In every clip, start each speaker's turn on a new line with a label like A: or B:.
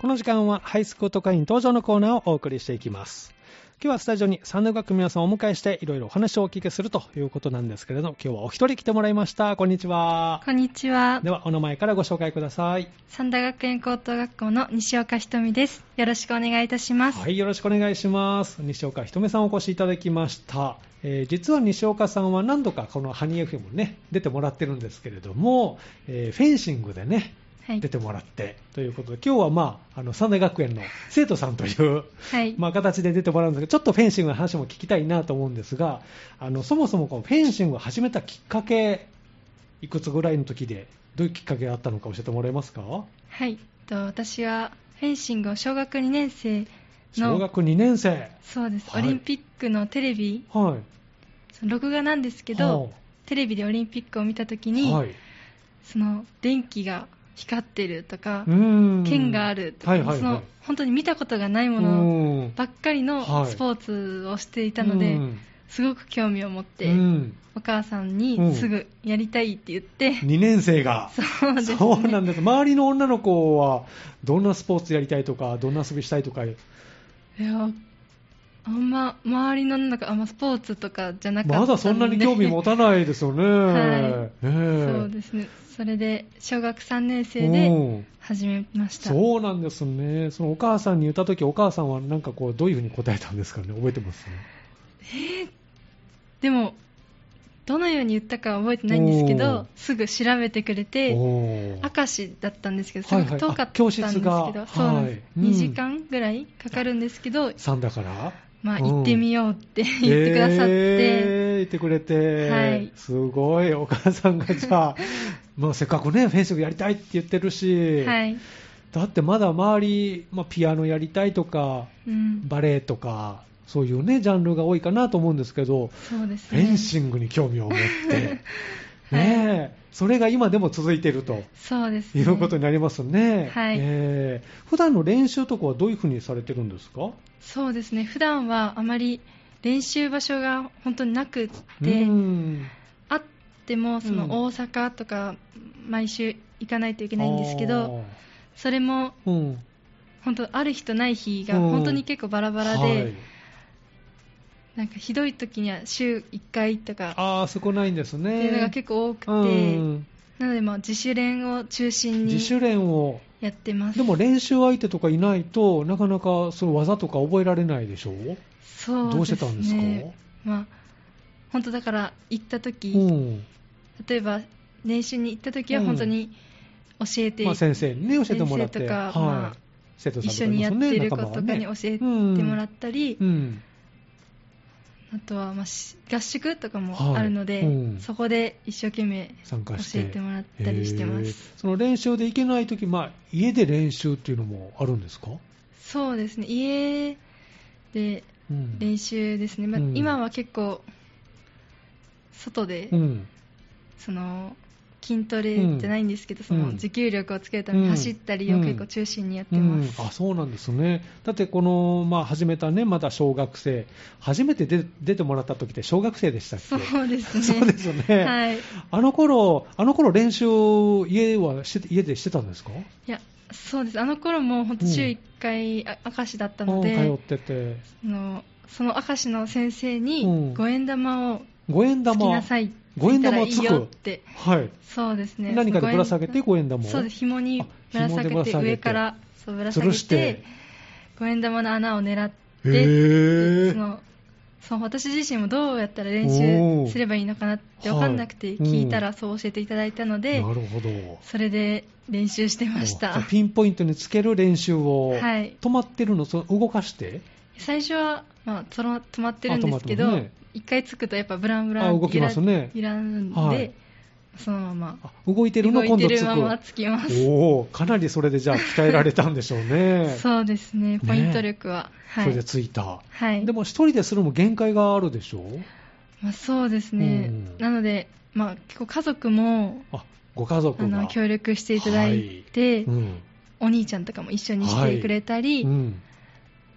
A: この時間はハイスクート会員登場のコーナーをお送りしていきます。今日はスタジオに三田学皆さんをお迎えしていろいろお話をお聞きするということなんですけれども、今日はお一人来てもらいました。こんにちは。
B: こんにちは
A: で。は、お名前からご紹介ください。
B: 三田学園高等学校の西岡ひとみです。よろしくお願いいたします。
A: はい、よろしくお願いします。西岡ひとめさんお越しいただきました。えー実は西岡さんは何度かこのハニー FM にね、出てもらってるんですけれども、えーフェンシングでね、
B: はい。
A: 出てもらって、ということで、今日はまあ、あの、三大学園の生徒さんという、
B: はい。
A: まあ、形で出てもらうんですけど、ちょっとフェンシングの話も聞きたいなと思うんですが、あの、そもそもこのフェンシングを始めたきっかけ、いくつぐらいの時で、どういうきっかけがあったのか教えてもらえますか
B: はい。えっと私はフェンシングを小学2年生
A: 小
B: の、
A: 学2年生。
B: そうです、
A: はい
B: オリンピックのテレビ、
A: はい。
B: その録画なんですけ
A: は
B: ど
A: あ、
B: テレビでオリンピックを見たときに、
A: はい、
B: その電気が光ってるとか、
A: 剣
B: 剣があるとか、
A: はいはいはい、
B: その本当に見たことがないもの
A: の
B: ばっかり
A: は
B: の
A: い
B: スポーツをしていたので、すごく興味を持って、
A: うん、
B: お母さん
A: うん
B: にすぐやりたいって言って、
A: 2年生が。
B: そうですね
A: そうなんです周りの女の子はどんなスポーツやりたいとかどんな遊びしたいとか、
B: いやあんま周りのなんかあんまスポーツとかじゃなかった
A: まだそんなに興 味持た
B: て
A: ないですよね。
B: は
A: ねえ
B: そうですねそれで小学3年生で
A: うん
B: 始めました
A: そうなんですね。そのお母さんに言ったとき、お母さんはなんかこう、どういうふうに答えたんですかね覚えてます
B: でもどのように言ったかは覚えてないんですけ
A: おー
B: どすぐ調べてくれて
A: おー
B: 明石だったんですけどす
A: はい
B: ご
A: はい
B: く遠かったん
A: あ
B: で
A: 教
B: すけど、
A: 室が
B: そうなんで
A: は
B: す、
A: いうん
B: 2時間ぐらいかかるんですけど、
A: さんだから
B: まあ、
A: うん
B: 行ってみようって 言ってくださ
A: え
B: って、
A: ー、言ってくれて、
B: はい
A: すごい、お母さんがじ ゃあ、まあ、せっかくね、フェンシングやりたいって言ってるし、
B: はい、
A: だってまだ周り、まあ、ピアノやりたいとか、
B: うん、
A: バレエとか、そういうね、ジャンルが多いかなと思うんですけど、
B: そうです
A: フ
B: ね
A: ェンシングに興味を持 って、
B: はい
A: ねえ、それが今でも続いていると。
B: そうです、ね、
A: いうことになりますね。
B: はい
A: えー普段の練習とかはどういうふうにされてるんですか
B: そうですね普段はあまり練習場所が本当になくって、
A: うん
B: あってもそ
A: うん
B: の大阪とか毎週行かないといけないんですけど、それも
A: あーうん、
B: 本当ある日とない日が
A: うん
B: 本当に結構バラバラで、
A: はい、
B: なんかひどい時には週1回とか
A: ああ少ないんです
B: って
A: ね
B: いうのが結構多くて、
A: うん
B: なのでまあ自主練を中心
A: 自
B: に
A: 主練を
B: やってます
A: でも練習相手とかいないとなかなかその技とか覚えられないでしょ
B: そう
A: どうしてたんですか、
B: ねまあ、本当だから行った時、
A: うん
B: 例えば練習に行った時は本当に教えて、
A: まあ、先生にね教えてもらって
B: 先生とか
A: はい
B: まあ
A: 生徒さん
B: 一
A: とか
B: 緒
A: い
B: にや
A: ま
B: っ
A: すね
B: ている子
A: 仲間は
B: とか
A: ね
B: に教えてもらったり、
A: うん
B: あとはまあし合宿とかもあるので、
A: はいうん
B: そこで一生懸命
A: 参
B: 教
A: 加して
B: えてもらったりしてま
A: へ
B: す
A: ーその練習で行けないとき、まあ、家で練習っていうのもあるんですか、
B: そうですね家で
A: うん
B: 練習ですね、まあ
A: うん
B: 今は結構外で、
A: うん
B: その筋トレじゃないんですけど、
A: うん
B: そ
A: うん
B: の持久力をつけるために走ったりを結構中心にやってます、
A: うん、あそうなんですね、だってこの、まあ、始めたね、まだ小学生、初めて出出てもらった時って小学生でしたっけ
B: そうですね
A: そうですよね、
B: はい、い
A: あの頃あの頃練習を家はして家でしてたんですか
B: やそうですあの頃も本当週1回、あ明石だったので、
A: うん通ってて、
B: そのその明石の先生
A: うん
B: に五円玉を
A: 五円
B: つ
A: 玉、
B: きなさいって
A: 五
B: 言
A: 円
B: ったら
A: 玉
B: い
A: をつ
B: い
A: く、
B: よって
A: はい、
B: そうですね
A: 何かでぶら下げて、五円
B: そ
A: 玉
B: の
A: を
B: 五円そうです紐にぶ
A: あ
B: ら
A: 紐
B: 下
A: で
B: げ
A: ぶら下げ
B: て
A: て
B: 上からそうぶら下
A: 吊
B: げ
A: るして
B: て五円玉の穴を狙
A: へ
B: って
A: ー
B: そのそう私自身もどうやったら練習すればいいのかなって分かんなくて
A: はい
B: 聞いたらそう教えていただいたので、
A: なるほど。
B: それで練習してまし
A: も
B: た
A: うピンポイントにつける練習を、
B: はい
A: 止まってるの、その動かして、
B: 最初は、まあ、その止まってるんですけ
A: あ止
B: ど
A: まってますね
B: 一、回つくとやっぱブランブラ
A: あ
B: ン
A: 動きますね
B: 揺らんで、
A: はい
B: そのまま
A: あ動いてるの、
B: 動い
A: 今
B: て
A: 度つく。
B: るままつきます
A: おお、かなりそれでじゃあ鍛えられたんでしょうね。
B: そうですねポイント力は、 は
A: それで
B: い、
A: ついた。
B: はい
A: でも一人でするのも限界があるでしょう
B: まあ、そうですね
A: うん
B: なので、まあ、結構家族も
A: あ、ご家
B: あ
A: 族が。
B: の協力していただいて、
A: うん。
B: お兄ちゃんとかも一緒にしてくれたり、
A: うん。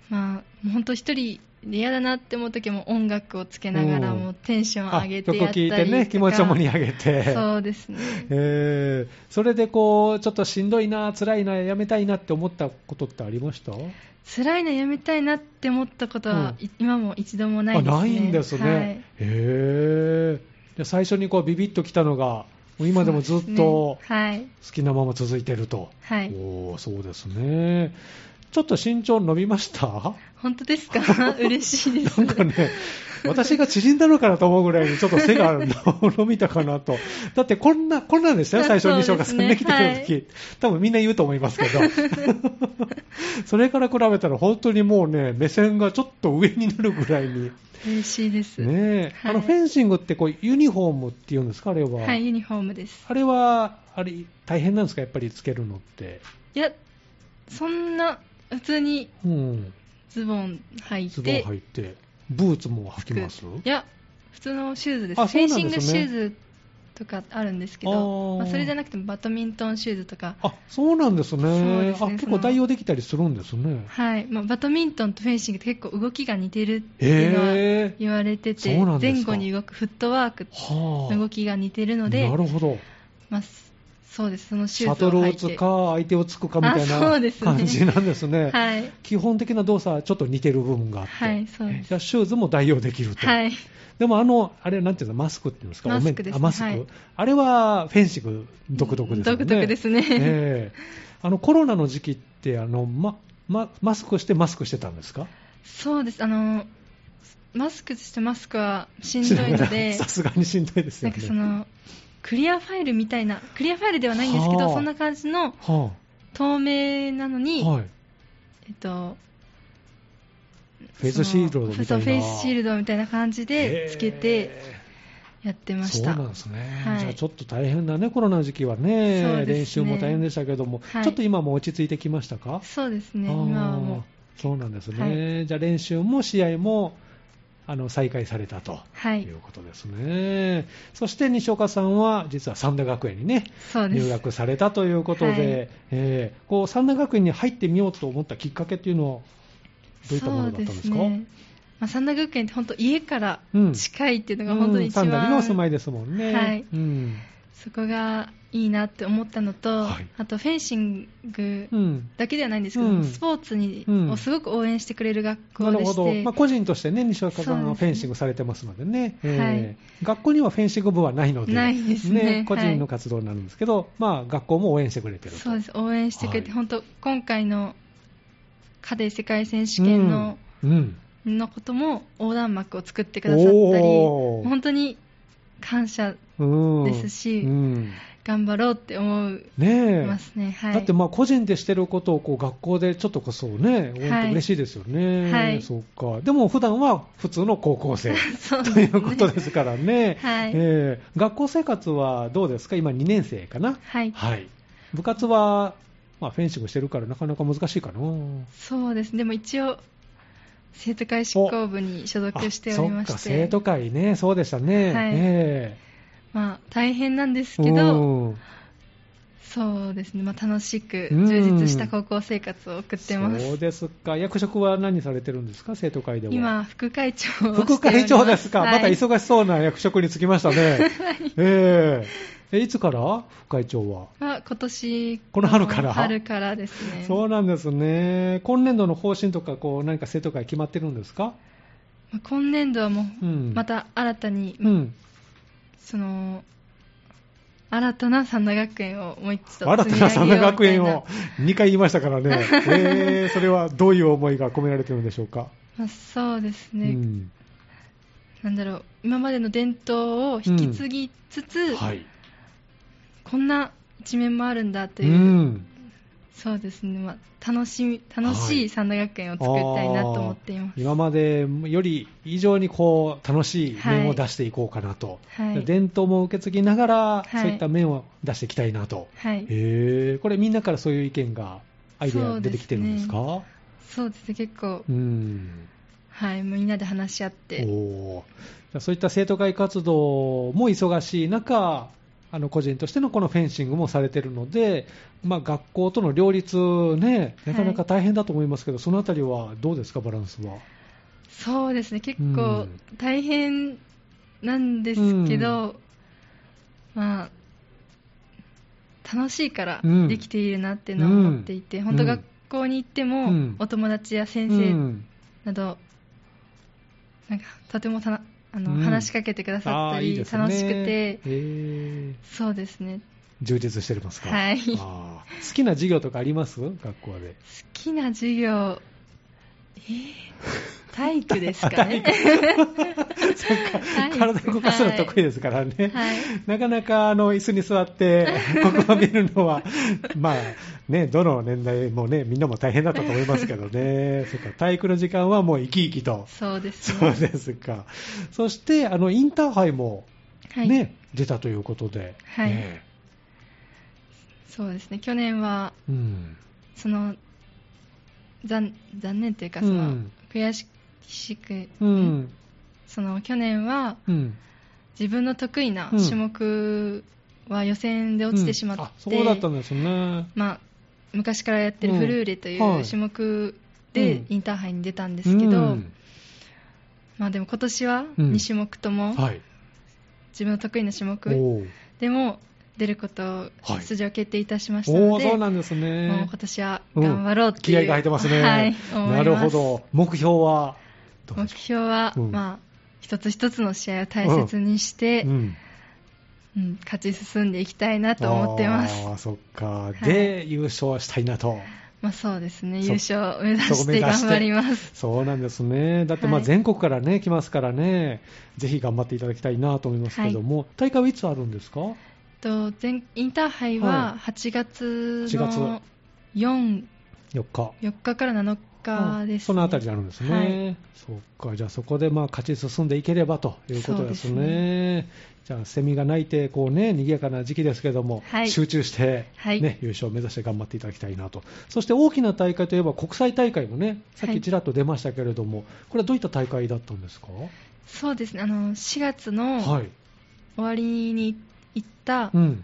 B: まあ、もう本当一人で嫌だなって思う時も音楽をつけながら
A: うん
B: もうテンション
A: あ
B: 上げて
A: 曲
B: や
A: を
B: った
A: 聴
B: り
A: い
B: と
A: て
B: か
A: ね、気持ちを盛り上げて。
B: そうですね。
A: えーそれでこう、ちょっとしんどいな、辛いな、やめたいなって思ったことってありました
B: 辛いのやめたいなって思ったことは、
A: う
B: い今も一度もないですね。
A: あないんですね。
B: はい
A: へえ。で最初にこうビビッときたのが、もう今でもずっと好
B: そうですねはい。
A: きなまま続いてると。
B: はい。
A: おお、そうですね。ちょっと身長伸びました
B: 本当ですか 嬉しいです。
A: なんかね、私が縮んだのかなと思うぐらいに、ちょっと背が 伸びたかなと。だってこんな、こんなんでしたよ、
B: そ
A: 最
B: う
A: 初に西岡さん
B: そう
A: ね、
B: です
A: 来
B: ね
A: てる時、多分みんな言うと思いますけ ど。それから比べたら本当にもうね、目線がちょっと上になるぐらいに。
B: 嬉しいです。
A: ねえ、
B: は
A: あ
B: い
A: のフェンシングってこうユニフォームっていうんですか、あれは。
B: はい、ユニフォームです。
A: あれは、あれ、大変なんですか、やっぱりつけるのって。
B: いや、そんな、普通に
A: うん。
B: ズボン履いて、
A: ズボン履いて、ブーツも履きます
B: いや、普通のシューズです。
A: あ
B: フ
A: そ
B: ェ
A: う
B: ン
A: なん
B: シ
A: で
B: ン
A: す
B: グ
A: ね
B: シューズとかあるんですけ
A: あ
B: ど、
A: ー
B: まあ、それじゃなくてもバドミントンシューズとか、
A: あ、そうなんですね。
B: そうです
A: あ、
B: ね
A: 結
B: そ
A: 構
B: の
A: 代用できたりするんですね。
B: はいまあ、バドミントンとフェンシングって結構動きが似てるっていうの
A: へ
B: は
A: え
B: 言われてて、
A: そうなんです
B: 前
A: か
B: 後に動くフットワーク
A: はあ。
B: の動きが似てるので、
A: なるほど。
B: まあ、そうです、そのシ
A: シ
B: ュー
A: ャ
B: ズ
A: ト
B: を
A: ル
B: 履
A: を
B: い
A: 打つ
B: て。
A: か、相手をつくかみたい
B: あそうで
A: な
B: すね
A: 感じなんですね。
B: はい、
A: 基本的な動作はちょっと似てる部分があって。
B: はい、そうです。
A: じゃあシューズも代用できると。
B: はい、
A: でもあの、あれなんていうの、マスクっていうんですか、
B: マスクですね
A: お面あマスク、
B: はい
A: あれはフェンシング独特ですよね。
B: 独特ですね
A: ええあのコロナの時期ってあの、まま、マスクしてマスクしてたんですか
B: そうです、あの、マスクとしてマスクはしんど いので、
A: さすがにしんどいです
B: な
A: よ
B: ん
A: ね。
B: かそのクリアファイルみたいなクリアファイルではないんですけど、
A: はあ
B: そんな感じの
A: は
B: 透明なのに、
A: あはい、
B: えっと、
A: フェイスシールドみたいな。
B: そうフェイスシールドみたいな感じでつけて
A: へ
B: やって
A: え
B: ま
A: そ
B: し
A: う
B: た
A: なんですね、
B: はい
A: じゃあちょっと大変だね、コロナの時期はね、
B: そうですね
A: 練習も大変でしたけども、
B: はい
A: ちょっと今も落ち着いてきましたか
B: そうですね
A: あー
B: 今はもう
A: そうなんですね、じゃあ練習も試合もあの再開されたと
B: はいいう
A: ことですね、そして西岡さんは実は三田学園にね
B: そうで
A: 入
B: す
A: 学されたということで、
B: はい
A: えーこう三田学園に入ってみようと思ったきっかけっていうのはどういったものだったんですか
B: そうねまあ、三田学園って本当家から
A: うん
B: 近いっていうのが本当
A: う
B: に
A: ん
B: 一番、
A: 三田にはお住まいですもんね、
B: はい
A: うん
B: そこがいいなって思ったのと、
A: はい
B: あとフェンシング
A: うん
B: だけではないんですけど、
A: うん
B: スポーツに、
A: うん
B: をすごく応援してくれる学校
A: なる
B: で
A: ほ
B: して
A: ど、まあ、個人としてね、西岡さん
B: そう
A: は
B: です
A: フ
B: ね
A: ェンシングされてますのでね、
B: はい
A: 学校にはフェンシング部はないので、
B: ないですねはい
A: 個人の活動になるんですけど、まあ、学校も応援してくれてると。
B: そうです応援してくれて、
A: はい
B: 本当今回の家庭世界選手権の,、
A: うん、うん
B: のことも横断幕を作ってくださったり
A: おー
B: 本当に感謝
A: うん
B: ですし
A: うん
B: 頑張ろうって思い
A: ねえ
B: ますね、はい、
A: だってまあ個人でしてることをこう学校でちょっとこそね、応援っ
B: は
A: て
B: い
A: 嬉しいですよね、
B: はい
A: そうかでも普段は普通の高校生
B: そうです
A: と
B: ね
A: いうことですからね、
B: はい
A: えー学校生活はどうですか、今2年生かな、
B: はい、
A: はい、部活は、まあ、フェンシングしてるからなかなか難しいかな。
B: そうですねでも一応生徒会執行部に所属しておりま
A: あそっか
B: して
A: 生徒会ね、そうでしたね、
B: はい
A: え
B: まあ、大変なんです
A: え
B: けど
A: うん
B: そうですね、まあ、楽しく
A: うん
B: 充実した高校生活を送ってます、
A: そうですか、役職は何されてるんですか、生徒会では。
B: 今副会長をしております
A: 副会長ですか、
B: はい
A: また忙しそうな役職に就きましたね。えええいつから副会長は。
B: は今年
A: この春から
B: 春からですね
A: そうなんですね。今年度の方針とか、こう、何か生徒会決まってるんですか
B: まあ今年度はもう、
A: うん
B: また新たに、
A: うん。
B: その新たな三田学園をもう一度
A: 新たな三田学園を
B: 積み上げようみたいな
A: 2回言いましたから ね。ええそれはどういう思いが込められてるんでしょうか。
B: まあ、そうです
A: う
B: ね、
A: ん。
B: なんだろう今までの伝統を引き継ぎつつ、
A: はい。
B: こんな一面もあるんだと
A: う
B: いう、
A: ん。
B: そうですね、まあ、楽しみ楽
A: は
B: し
A: い
B: い三田学園を作りたいなと思っています、
A: 今までより以上にこう楽しい面を出していこうかなと、
B: はい
A: 伝統も受け継ぎながら、
B: はい
A: そういった面を出していきたいなと、
B: はい、
A: へえこれみんなからそういう意見がアイデ
B: そ
A: ア
B: う
A: 出
B: ですね
A: てきてるんですかう
B: そうですね結構、
A: ん
B: はい、もうみんなで話し合
A: お
B: って
A: ーじゃあそういった生徒会活動も忙しい中ああの個人としてのこのフェンシングもされてるので、まあ、学校との両立ね、なかなか大変だと思いますけど、そのあたりはどうですか、バランスは。
B: そうですね結
A: う
B: 構
A: ん
B: 大変なんですけど、まあ楽しいから
A: うん
B: できているなっていうのは思っていて、
A: うん
B: 本当学校に行っても、
A: うん
B: お友達や
A: う
B: 先生
A: ん
B: など、なんかとてもたなあの、
A: うん
B: 話しかけてくださった
A: あーい
B: り
A: いですね
B: 楽しくて
A: えー
B: そうですね
A: 充実してますか、
B: はい
A: あー好きな授業とかあります学校で。
B: 好きな授業えー、体育ですかね体育
A: 体動かすの得意ですからね。
B: はい
A: なかなかあの椅子に座 って、黒板見るのは、まあね、どの年代もね、みんなも大変だったと思いますけどね、そっか体育の時間はもう生き生きと、
B: そうです
A: そうですか、そしてあのインターハイも、
B: はい
A: ね出たということで、
B: はい
A: ね
B: そうですね去年は
A: うん、
B: その残残念というか
A: う
B: その、
A: ん
B: 悔しく、
A: うん、
B: その去年は
A: うん、
B: 自分の得意な
A: うん
B: 種目は予選で落ちてしまって、
A: あそうだったんですね、
B: まあ、昔からやってる
A: うん
B: フルーレとい
A: は
B: う
A: い
B: 種目
A: う
B: で
A: ん
B: インターハイに出たんですけど、
A: うん
B: まあ、でも今年は
A: うん
B: 2種目とも
A: はい、
B: 自分の得意な種目
A: おー
B: でも出ること
A: はい
B: 出場決定いたしました
A: お
B: の
A: ー、
B: で、
A: そうなんです
B: もう
A: ね
B: 今。年は頑張ろうってい
A: 気
B: う、
A: 合が入ってますね。
B: はい、思い
A: なる
B: ま
A: ほ
B: す
A: ど。目標はどう
B: 目
A: でしょ
B: 標は、
A: うん
B: まあ、一つ一つの試合を大切にして、
A: う。うん
B: うん勝ち進んでいきたいなと思ってます。
A: ああ、そっか。
B: い
A: で、優勝したいなと。
B: まあ、そうですね、
A: そ
B: 優勝を目指
A: そ
B: し
A: こ目
B: て
A: 指
B: 頑
A: して
B: 張ります。
A: そうなんですね。だって、まあ、
B: はい
A: 全国からね、来ますからね、ぜひ頑張っていただきたいなと思いますけども、大会はいつあるんですか
B: と全インターハイ
A: は
B: はい8月
A: 4月
B: の4、
A: ?4 日。
B: 4日から7日です、ね。
A: そのあたりになるんですね、
B: はい
A: そっか、じゃあそこでまあ勝ち進んでいければということですね、
B: そうです
A: じゃあ、セミが鳴いて、こうね、賑やかな時期ですけども、
B: はい
A: 集中して、ね
B: はい
A: 優勝を目指して頑張っていただきたいなと、そして大きな大会といえば、国際大会もね、さっ
B: は
A: き
B: い
A: ちらっと出ましたけれども、これはどういった大会だったんですか、
B: そうですね、あの4月の終
A: はい、
B: わりに行った
A: うん、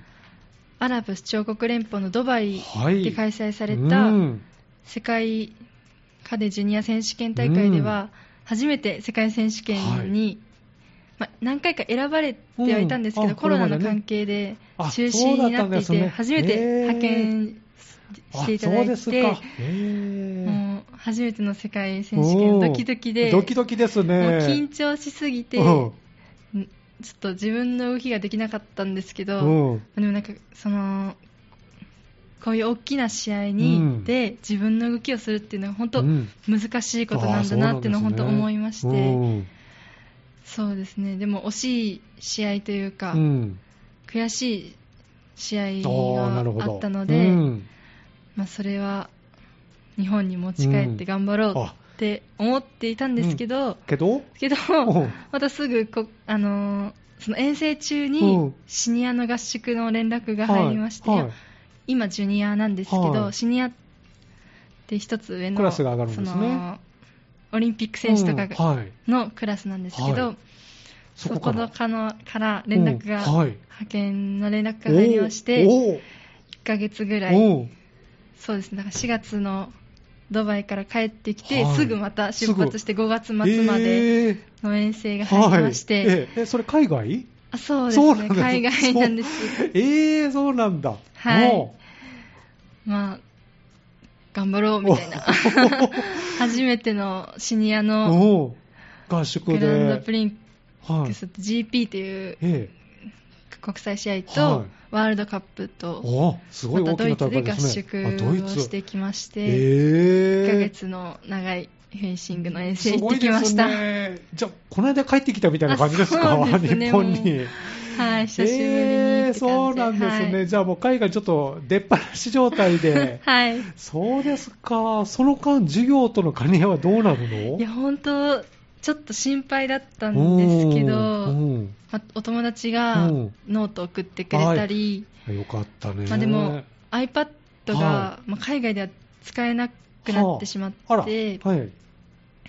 B: アラブ首長国連邦のドバイ
A: はい
B: で開催された、
A: うん
B: 世界カデジュニア選手権大会では、初めて世界選手権に、まあ、何回か選ばれてはいたんですけ
A: う
B: ど、
A: んあ
B: コロナ
A: これま
B: の
A: でね
B: 関係で
A: あ
B: 中止になっ
A: そう
B: てい
A: だったんです
B: て、
A: ね
B: 初めて派遣
A: あ
B: していただい
A: そうです
B: て
A: か、、へー
B: もう初めての世界選手権、ドキドキで、
A: ドキドキですね
B: もう緊張しすぎて、
A: うん
B: ちょっと自分の動きができなかったんですけど、
A: うん
B: でもなんかそのこういう大きな試合にで、自分の動きをするっていうのは本当、
A: うん
B: 難しいことなんだなっていうのを本当思いまして、
A: うん
B: そうですね、でも惜しい試合というか、
A: うん
B: 悔しい試合
A: あーなるほ
B: が
A: ど
B: あったので、
A: うん
B: まあ、それは日本に持ち帰って頑張ろう
A: あ
B: って思っていたんですけど、
A: けど、
B: けど
A: うん
B: またすぐこ、あのーその遠征中
A: う
B: に
A: ん
B: シニアの合宿の連絡が入りまして、
A: はいはい
B: 今、ジュニアなんですけど、
A: はい
B: シニアって一つ上の
A: クラスが上がるんですね
B: そのオリンピック選手とかが、
A: うんはい、
B: のクラスなんですけど、
A: はい
B: そこのかのから連絡が、
A: うんはい
B: 派遣の連絡が入りまして、1
A: おー
B: ヶ月ぐ
A: お
B: ら
A: ー
B: い、
A: おー
B: そうですね、だから4月のドバイから帰ってきて、
A: はい
B: すぐまた出発して5月末まで
A: えー
B: の遠征が入りまして、
A: はいえええそれ海外
B: あそうで
A: そう
B: す
A: なん
B: ね、
A: です
B: 海外なんです。
A: えー、そうなんだ。
B: はい
A: も
B: まあ頑張ろうみたいな 初めてのシニア
A: う
B: の
A: おー合宿
B: グ
A: で。
B: ランドプリン
A: は
B: ク
A: い。
B: スって GP という
A: ええ
B: 国際試合
A: は
B: とワールドカップと
A: おーすごい
B: また
A: 大き
B: ド
A: な
B: イツ
A: 大
B: で
A: 会
B: 合
A: ですね。
B: 宿
A: あドイ
B: を
A: ツ
B: してきまして、
A: え
B: 1
A: え
B: ヶ月の長いフェンシングの遠
A: す
B: 征行っ
A: ご
B: て
A: い
B: き
A: で
B: ますした。
A: ね。じゃあ、この間帰ってきたみたいな感じです
B: あ
A: か、
B: そうですね
A: 日本に。
B: もうはい、久しぶりに
A: えー
B: って感じで。、
A: そうなんですね、じゃあもう海外ちょっと出っ放し状態で
B: はい。はい
A: そうですか、その間、授業との兼ね合いはどうなるの
B: いや、本当ちょっと心配だったんですけ
A: う
B: ど、
A: ん
B: まあお友達が
A: うん
B: ノート送ってくれたり、
A: うんよかったね、
B: まあ、でも iPad が、
A: は
B: まあ、海外では使えなくなってしまっ
A: あら、は
B: て、
A: い、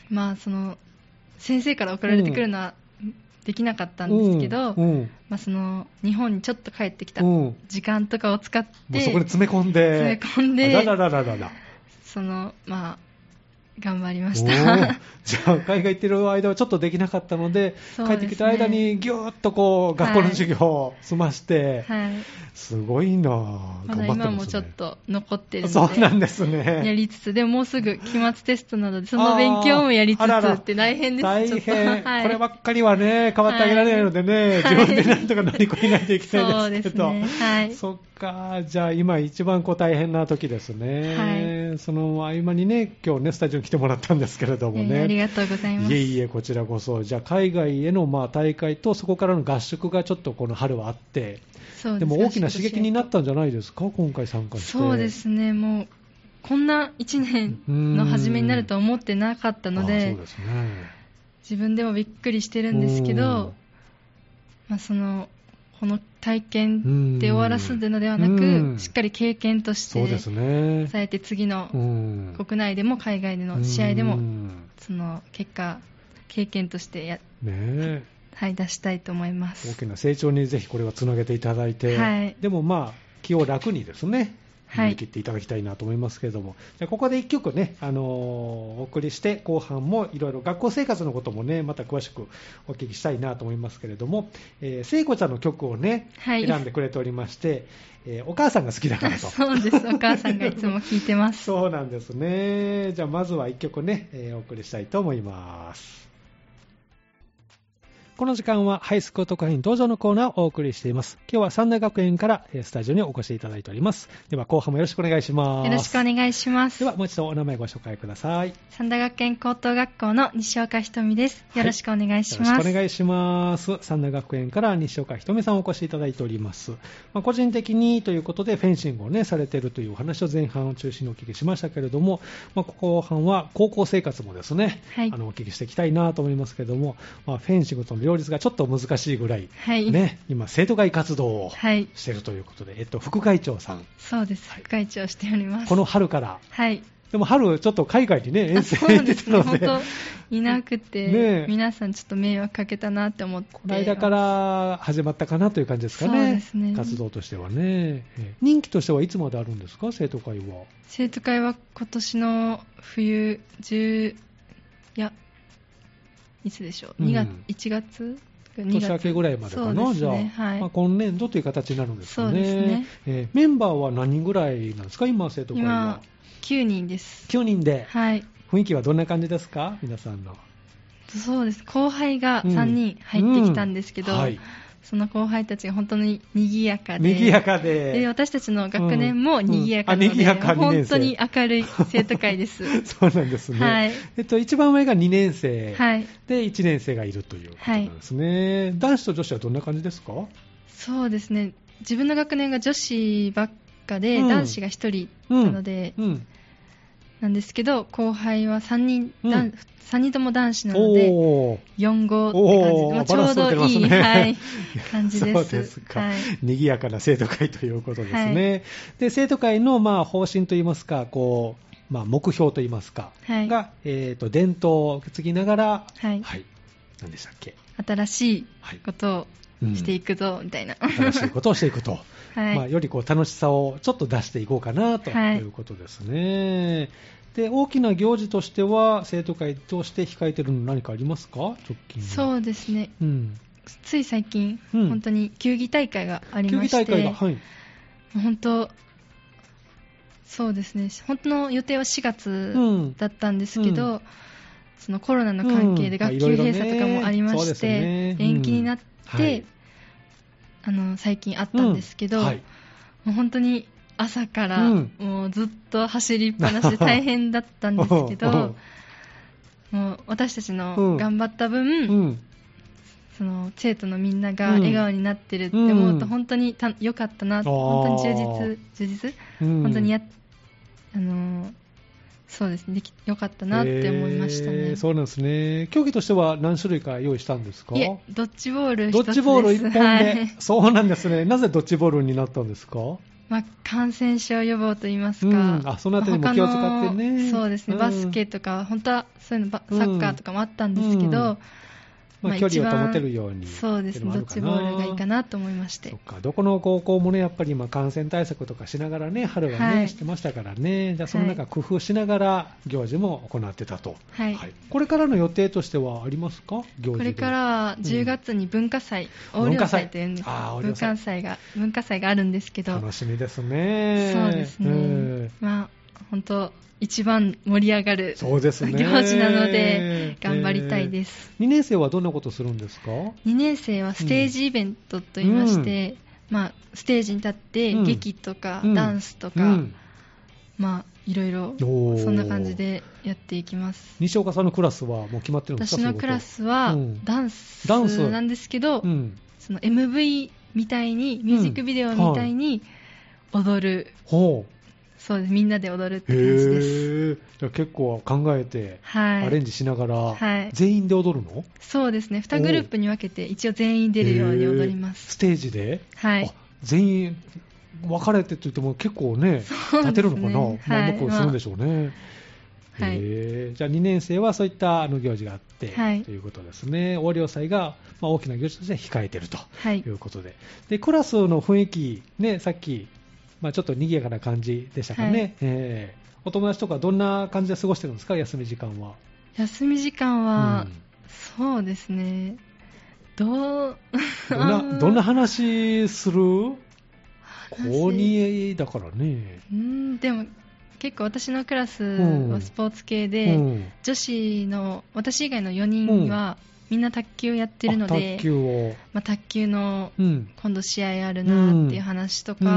B: まあ、その先生から送られてくるのはできなかったんですけど、
A: うんうん
B: まあ、その日本にちょっと帰ってきた
A: うんも
B: 時間とかを使って
A: うそこで詰め込んで、
B: 詰め込んで
A: あらららららら
B: そのまあ頑張りまし
A: お
B: た
A: ーじゃあ海外行ってる間はちょっとできなかったので
B: そう
A: 帰
B: ですね
A: ってきた間にぎゅーっとこう学校の授業を済まして、
B: はい
A: すごいなあ
B: ま
A: 頑
B: だ
A: 張ってますね
B: 今もちょっと残ってる
A: そうな
B: の
A: んで
B: で
A: す
B: や
A: ね
B: りつつでももうすぐ期末テストなどでその勉強もやりつつ
A: あーあらら
B: って大変です
A: 大
B: ちょっ
A: 変、
B: とはい
A: こればっかりはね変わってあげられないのでね、
B: はい
A: 自分でなんとか乗り越えないといけな
B: そ
A: いうで
B: ですす
A: けど
B: ねはい
A: そっか、じゃあ今一番こう大変な時ですね、その合間にね、今日ね、スタジオに来てもらったんですけれども
B: えー
A: ね。
B: ありがとうございます
A: えいえ、こちらこそ、じゃあ海外へのまあ大会と、そこからの合宿がちょっとこの春はあって、
B: そう
A: でも大きな刺激にな
B: て
A: ったんじゃないですか、今回参加して。
B: そうですねもうこんな1年の初めになるとは思ってなかったの
A: あ
B: で
A: そうですね。
B: 自分でもびっくりしてるんですけ
A: うん
B: ど、まあ、そのこの体験で終わらすのではな
A: うん
B: くしっかり経験とし
A: そう
B: て
A: ですね。
B: 伝えて次の
A: うん
B: 国内でも海外での試合で
A: う
B: も
A: ん
B: その結果経験としてや、
A: ねえ。
B: はい、出したいと思いま
A: 大
B: す
A: きな成長にぜひこれはつなげていただいて、
B: はい
A: でもまあ気を楽にですね
B: はい
A: 乗り切っていただきたいなと思いますけれども、じゃあここで1曲ね、あのーお送りして後半もいろいろ学校生活のこともねまた詳しくお聞きしたいなと思いますけれども、えー、聖子ちゃんの曲をね、
B: はい
A: 選んでくれておりまして、えーお母さんが好きだから と。
B: そうですお母さんがいつも聞いて ます
A: そうなんですね。じゃあまずは1曲ね、えーお送りしたいと思います。この時間はハイスクー特派員登場のコーナーをお送りしています。今日は三大学園からえースタジオにお越しいただいております。では後半もよろしくお願いします。
B: よろしくお
A: い
B: 願いします
A: ではもう一度お名前ご紹介ください。よ
B: 三田学園高等学校の西岡ひとみですよろしくお願いし
A: ろし
B: ま
A: く
B: す、
A: お願いします。三大学園から西岡ひとみさんお越しいただいております。まあ、個人的にということでフェンシングをね、されているというお話を前半を中心にお聞きしましたけれども、まあ、後半は高校生活もですね、
B: はい
A: あのお聞きしていきたいなと思いますけれども、まあ、フェンシングとの両立がちょっと難しいぐらい、
B: はい、
A: ね、今、生徒会活動を
B: はい
A: しているということで、えっと、副会長さん、
B: そうです副会長をしております
A: この春から、
B: はい
A: でも春、ちょっと海外にね、遠
B: あ
A: 征
B: そうなん
A: に
B: で
A: 出
B: す
A: た
B: ね、
A: の
B: 本
A: で。
B: 当、いなくて、
A: ねえ
B: 皆さん、ちょっと迷惑かけたなって思って、
A: この間から始まったかなという感じですかね、
B: そうですね
A: 活動としてはね、ええ任期としてはいつまであるんですか、生徒会は。
B: 生徒会は今年の冬、10、いや、いつでしょう、
A: うん
B: 2月1月2
A: 年明けぐらいまでかな、
B: そうです
A: じゃあ、
B: ねはい
A: まあ、今年度という形になるんですかね
B: そうですね
A: ええメンバーは何人ぐらいなんですか、今、生徒会は
B: 今。、9人です。
A: 9人で、
B: はい
A: 雰囲気はどんな感じですか、皆さんの。
B: そうです後輩が3人入ってきたんですけど、
A: うんはい
B: その後輩たちが本当に賑やかで、
A: 賑やか
B: で
A: で、
B: 私たちの学年も賑やかな
A: う
B: の
A: んうん
B: で、
A: あ賑やか二年
B: 本
A: 生
B: 当に明るい生徒会です。
A: そうなん ですね、
B: はい
A: えっと、一番上が2年生、
B: はい、
A: で1年生がいるということなんですね、男子と女子はどんな感じですか、
B: そうですね自分の学年が女子ばっかで、
A: うん
B: 男子が1人なので、
A: うん、
B: なんですけど後輩は3人,、
A: うん
B: 男3人とも男子なので
A: おー
B: 4号って感じ
A: おー
B: で、まあちょうどいい、
A: バ
B: は
A: ラン
B: い、感じです
A: そうですか、
B: はい、
A: 賑やかな生徒会ということですね、で生徒会のまあ方針といいますか、こうまあ、目標といいますか、
B: はい
A: が、えー、と伝統を受け継ぎながら、
B: はい
A: 何でしたっけ、
B: 新しい
A: はい
B: こと
A: うん
B: をしていくぞ、みたいな
A: 新しいことをしていくと、
B: はい、
A: まあ、よりこう楽しさをちょっと出していこうかなと
B: はい
A: いうことですね。で大きな行事としては生徒会として控えてるの何かありますか直近は
B: そうですね
A: うん、
B: つい最近、
A: うん
B: 本当に球技大会があり
A: 球
B: ま
A: 技
B: して
A: 大会が、はい、
B: 本当そうですね本当の予定は4月
A: うん
B: だったんですけど、
A: う
B: そのコロナの関係
A: うん
B: で学級閉鎖とかもあり
A: まあいろいろ
B: まして、
A: ねそうですねうん
B: 延期になって、
A: はい
B: あの最近あったんですけど、
A: うんはい
B: もう本当に朝から、
A: うん
B: もうずっと走りっぱな しで大変だったんですけ
A: おう
B: どもう私たち
A: うん
B: の頑張った分、
A: おううん
B: その生徒のみんな
A: うん
B: が笑顔になってるって思うと本当にた良かったな、
A: ー
B: 本当に充実充実
A: うん
B: 本当にやっ、あのーそうですねでき良かったなって思いました
A: へ
B: ね、
A: ーそうなんですね。競技としては何種類か用意したんですか
B: いえドッジボール一つ
A: ド
B: です
A: ッジボール1本で、
B: はい
A: そうなんですね。なぜドッジボールになったんですか
B: まあ、感染症予防といいますか、
A: うんあそのあたりも気を使ってね
B: まあ他のそうですね、
A: うん
B: バスケとか本当はそういうのばサッカーとかもあったんですけど、
A: うんまあ、
B: ま
A: 距
B: あ
A: 離を
B: 一番
A: 保てるように
B: そうですね、ドッジボールがいいか
A: な
B: なと思いまして
A: そっ。かどこの高校もねやっぱり今感染対策とかしながらね春はね、
B: はい
A: してましたからねじゃあその中
B: は
A: 工夫しながら行事も行ってたと、
B: はい。
A: これからの予定としてはありますか行事
B: こ
A: で
B: れからは10月に文化祭、
A: うん
B: 横領祭というんです
A: 文化祭あー
B: 文化祭が文化祭があるんですけど、
A: 楽しみですね
B: そうですね、
A: うん
B: まあ本当一番盛り上がる
A: そうですね
B: 行事なので頑張りたいです、
A: 2年生はどんなことするんですか
B: 2年生はステージイベントといいまして、まあ、ステージに立って
A: うん
B: 劇とか、
A: うん
B: ダンスとか、
A: うん
B: まあいろいろ
A: おー
B: そんな感じでやっていきます
A: 西岡さんのクラスはもう決まってるんですか
B: 私のクラ、スは
A: うん
B: ダンス
A: ダンス
B: なんですけど、
A: そういうこと
B: その MV みたいに、ミュージックビデオみたいに踊る、
A: うん、ほう
B: そうです、みんなで踊るって
A: へ
B: 感じです。
A: ーじゃあ結構考えて、
B: はい。
A: アレンジしながら、
B: はい
A: 全員で踊るの
B: そうですね、2グループに分けて、一応全員出るように踊りま
A: へース
B: す。
A: テージで、
B: はい
A: あ。全員分かれてと言っても結構ね、
B: そうですね
A: 立てるのかな、ま
B: は
A: あ、
B: いう
A: まくするんでしょうね。
B: まあはい
A: へーじゃあ2年生はそういったあの行事があって、
B: はい
A: ということですね、横領祭が、まあ、大きな行事として控えていると
B: はい
A: とい。うことで、でクラスの雰囲気、ね、さっき、まあ、ちょっと賑やかな感じでしたかね、
B: はい
A: えーお友達とか、どんな感じで過ごしてるんですか、休み時間は。
B: 休み時間は、
A: うん
B: そうですね、どう、
A: どんなどんな話する
B: 話
A: 高2だからね。
B: うん、でも、結構私のクラス
A: う
B: は
A: ん
B: スポーツ系で、
A: うん
B: 女子の、私以外の4人は、みんな卓球やってるの
A: あ
B: で
A: 卓、球を、
B: まあ、卓球の
A: うん
B: 今度試合あるなっていう話とか、
A: うん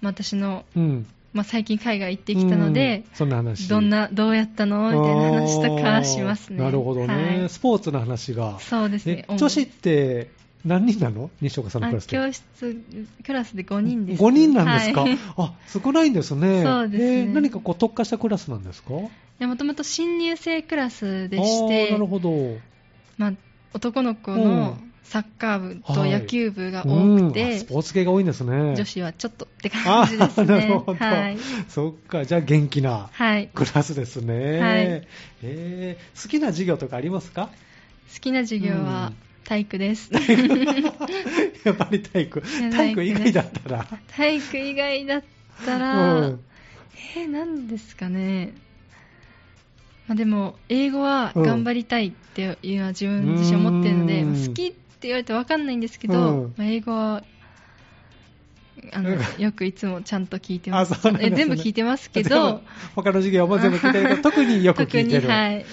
B: まあ、私の、
A: うん、
B: まあ、最近海外行ってきたので
A: う、んそんな話
B: どんなどうやったのみたいな話とかしますね
A: あーなるほどね、スポーツの話
B: は
A: が
B: い、そうですね
A: え女子って何人なの西岡さんの
B: あ
A: クラスって
B: 教室クラスで5人です
A: 5人なんですか、
B: はい、
A: あ少ないんですね、
B: そうですね
A: えー何かこう特化したクラスなんですか
B: もともと新入生クラスでし
A: あー
B: て
A: なるほど、うん
B: まあ、男の子
A: う
B: の
A: ん
B: サッカー部と
A: はい
B: 野球部が多くて、
A: あスポーツ系が多いんですね、
B: 女子はちょっとって感じです
A: あーなる
B: ね
A: ほど
B: はい、
A: そっか、じゃあ元気な
B: はい、
A: クラスですね、
B: はい
A: えー好きな授業とかありますか
B: 好きな授業
A: う
B: は
A: ん
B: 体 育です、
A: やっぱり体育、
B: や
A: 体育以外だったら。
B: 体育以外だったら、
A: うん
B: えー、何ですかね、まあ、でも英語は頑張りたいっていうのは自分自身思ってるので、
A: うん
B: まあ好きって言われて分かんないんですけど、
A: うん
B: まあ、英語はあのよくいつもちゃんと聞いてます
A: あそうなんですね
B: え全部聞いてますけ
A: 全部
B: ど
A: 他の授業も全部聞いてるけど、特によく聞いて
B: 特
A: る。
B: にはい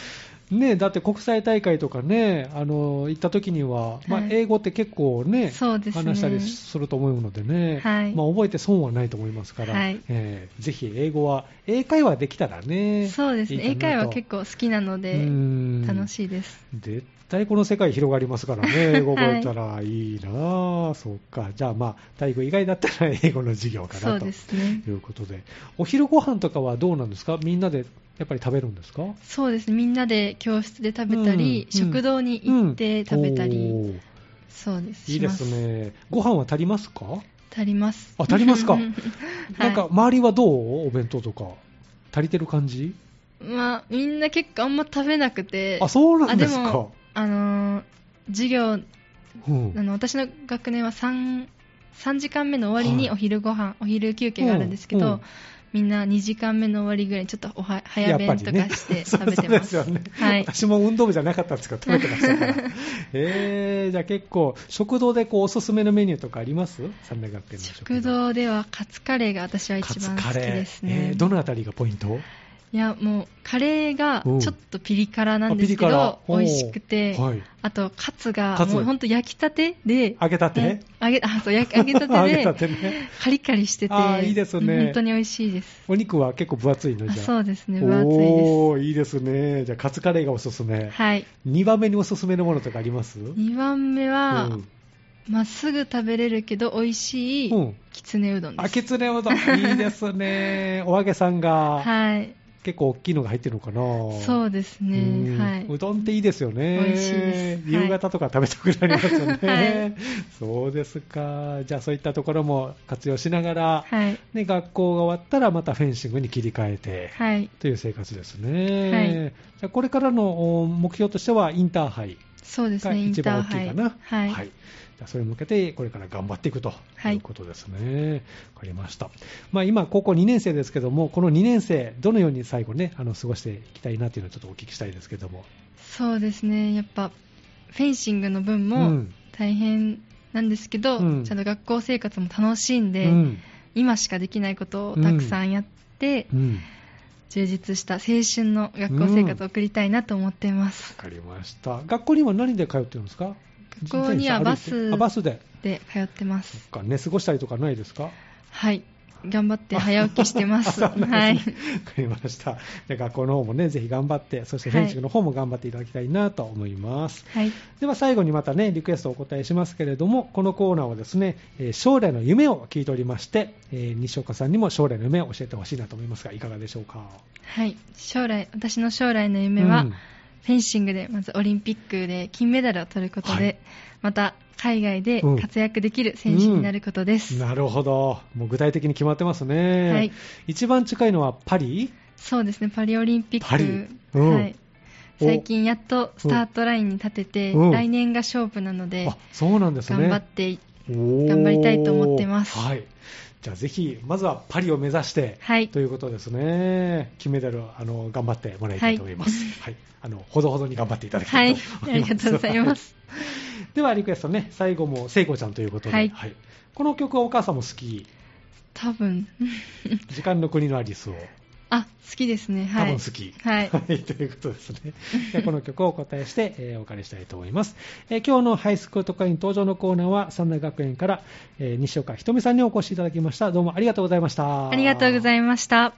A: ね、だって国際大会とかね、あの行った時には、まあ
B: はい
A: 英語って結構ね、
B: そうですね
A: 話したりすると思うのでね、
B: はい
A: まあ、覚えて損はないと思いますから、
B: はい
A: えーぜひ英語は、英会話できたらね、
B: そうですね英会話結構好きなので
A: 構
B: 楽
A: い
B: しいです
A: かなとうん。絶対この世界広がります からね、英語覚えたらいいなぁ、そうか、じゃあ、まあ、体育以外だったら英語の授業か
B: そ
A: な
B: う
A: と
B: ですね
A: いうことで、お昼ご飯とかはどうなんですか、みんなでやっぱり食べるんですか
B: そうですねみんなで教室で食べたり、
A: うんうん
B: 食堂に行って食べたり、
A: うんおー
B: そうです
A: いいです
B: します
A: ね。ご飯は足りますか？
B: 足ります
A: あ足りますか
B: はい
A: なんか周りはどう？お弁当とか足りてる感じ？
B: まあ、みんな結構あんま食べなくて、
A: あそうなんです
B: あで
A: か
B: も。あのー授業、あ
A: うん。
B: の私の学年は 3, 3時間目の終わりに
A: はい
B: お昼ご飯、お昼休憩があるんですけど、
A: うんうん
B: みんな2時間目の終わりぐらいにちょっとおは
A: や
B: 早
A: っぱ
B: 弁
A: り
B: と
A: ね
B: かして食べてます。
A: そうですよね。
B: はい
A: 私も運動部じゃなかったんですけど食べてました から。えー、じゃあ結構食堂でこうおすすめのメニューとかあります？三大学園の
B: 食
A: 食堂。
B: 堂ではカツカレーが私は
A: カ
B: 一
A: ツ
B: 番好
A: カ
B: き
A: レー。
B: ですね。
A: えーどのあたりがポイント？
B: いや、もうカレーが
A: うん
B: ちょっとピリ辛なん
A: あ
B: ですけど、
A: ピリ辛
B: 美味しくて、
A: はい。
B: あとカツが
A: カツ
B: もう本当焼きたてで、
A: 揚げたて？
B: 揚げあそう焼き揚げた
A: 揚
B: て
A: げ
B: で
A: たてね。
B: カリカリしてて、
A: あーいいですね
B: 本当に美味しいです。
A: お肉は結構分厚いの
B: あ
A: じゃあ
B: そうですね、分厚いで
A: おーいいですね。じゃあ、カツカレーがおすすめ。
B: す。はい。
A: 2番目におすすめのものとかあります
B: 2番目は、
A: うん
B: まあ、すぐ食べれるけど美味しい、
A: うん
B: きつねうどんで
A: あ、
B: す。
A: きつねうどん。いいです ね。お揚げさんが、
B: はい。
A: 結構大きいのが入ってるのかな。
B: そうです
A: う
B: ね、
A: ん
B: はい。
A: うどんっていいですよね。
B: 美味しいですはい
A: 夕方とか食べたくなりますよね。
B: はい
A: そうですか。じゃあ、そういったところも活用しながら、
B: はい。
A: ね、学校が終わったらまたフェンシングに切り替えて。
B: はい。
A: という生活ですね、
B: はい
A: じゃあこれからのお目標としてはインターハイ
B: そうです
A: が
B: ね、イン
A: 一
B: タ
A: 番
B: ー
A: 大き
B: ハ
A: い
B: イ。
A: かな。
B: はい。
A: じゃあそれに向けて、これから頑張っていくと
B: はいいう
A: ことですね。わ、かりました。まあ、今、高校2年生ですけども、この2年生、どのように最後ね、あの、過ごしていきたいなというのをちょっとお聞きしたいですけども。
B: そうですね、やっぱ、フェンシングの分
A: う
B: も
A: ん
B: 大変なんですけど、
A: うん
B: ちゃんと学校生活も楽しんで、
A: うん。
B: 今しかできないことをたくさんやって、
A: うん
B: 充実した青春の学校生活を送りたいなと思っています
A: わ。かりました。学校には何で通ってるんですか
B: 学校にはバス
A: あバスで。
B: で、通ってま
A: そっ
B: す。
A: か、寝過ごしたりとかないですか
B: はい。頑張って早起きしてます。
A: あそう
B: は
A: なん
B: い
A: です。ねわかりました。じゃあ学校の方もね、ぜひ頑張って、そして
B: はい
A: 編集の方も頑張っていただきたいなと思います。
B: はい。
A: では最後にまたね、リクエストをお答えしますけれども、このコーナーはですね、えー将来の夢を聞いておりまして、えー西岡さんにも将来の夢を教えてほしいなと思いますが、いかがでしょうか。
B: はい。将来、私の将来の夢は、
A: うん
B: フェンシングでまずオリンピックで金メダルを取ることで、
A: はい
B: また海外で
A: うん
B: 活躍できる選手になることです、
A: なるほど。もう具体的に決まってますね。
B: はい
A: 一番近いのはパリ
B: そうですねパリオリンピッ
A: パリ
B: ク、
A: うん
B: はい、
A: お
B: 最近やっとスタートラインに立てて、
A: うん
B: 来年が勝負なので
A: あ、そうなんですね。
B: 頑張って、
A: 頑
B: 頑張りたいと思ってます
A: はい、じゃあぜひ、まずはパリを目指して、
B: はい
A: ということですね、金メダルをあの頑張ってもらいたいと思います、はいあの、ほどほどに頑張っていただき
B: は
A: たい
B: い
A: と
B: あ
A: 思い
B: り
A: ます。
B: がとうございま
A: は
B: す
A: い。では、リクエストね、最後も聖子ちゃんということで、
B: はい
A: この曲はお母さんも好き、
B: 多分
A: 時間の国のアリスを、
B: あ好きですね
A: 多
B: はい
A: 分好き。
B: はい
A: ということですね。じゃあこの曲をお答えして、えーお借りしたいと思います、えー今日のハイスクール特会員登場のコーナーは、三大学園から、えー西岡ひとみさんにお越しいただきました。どうもありがとうございました。
B: ありがとうございました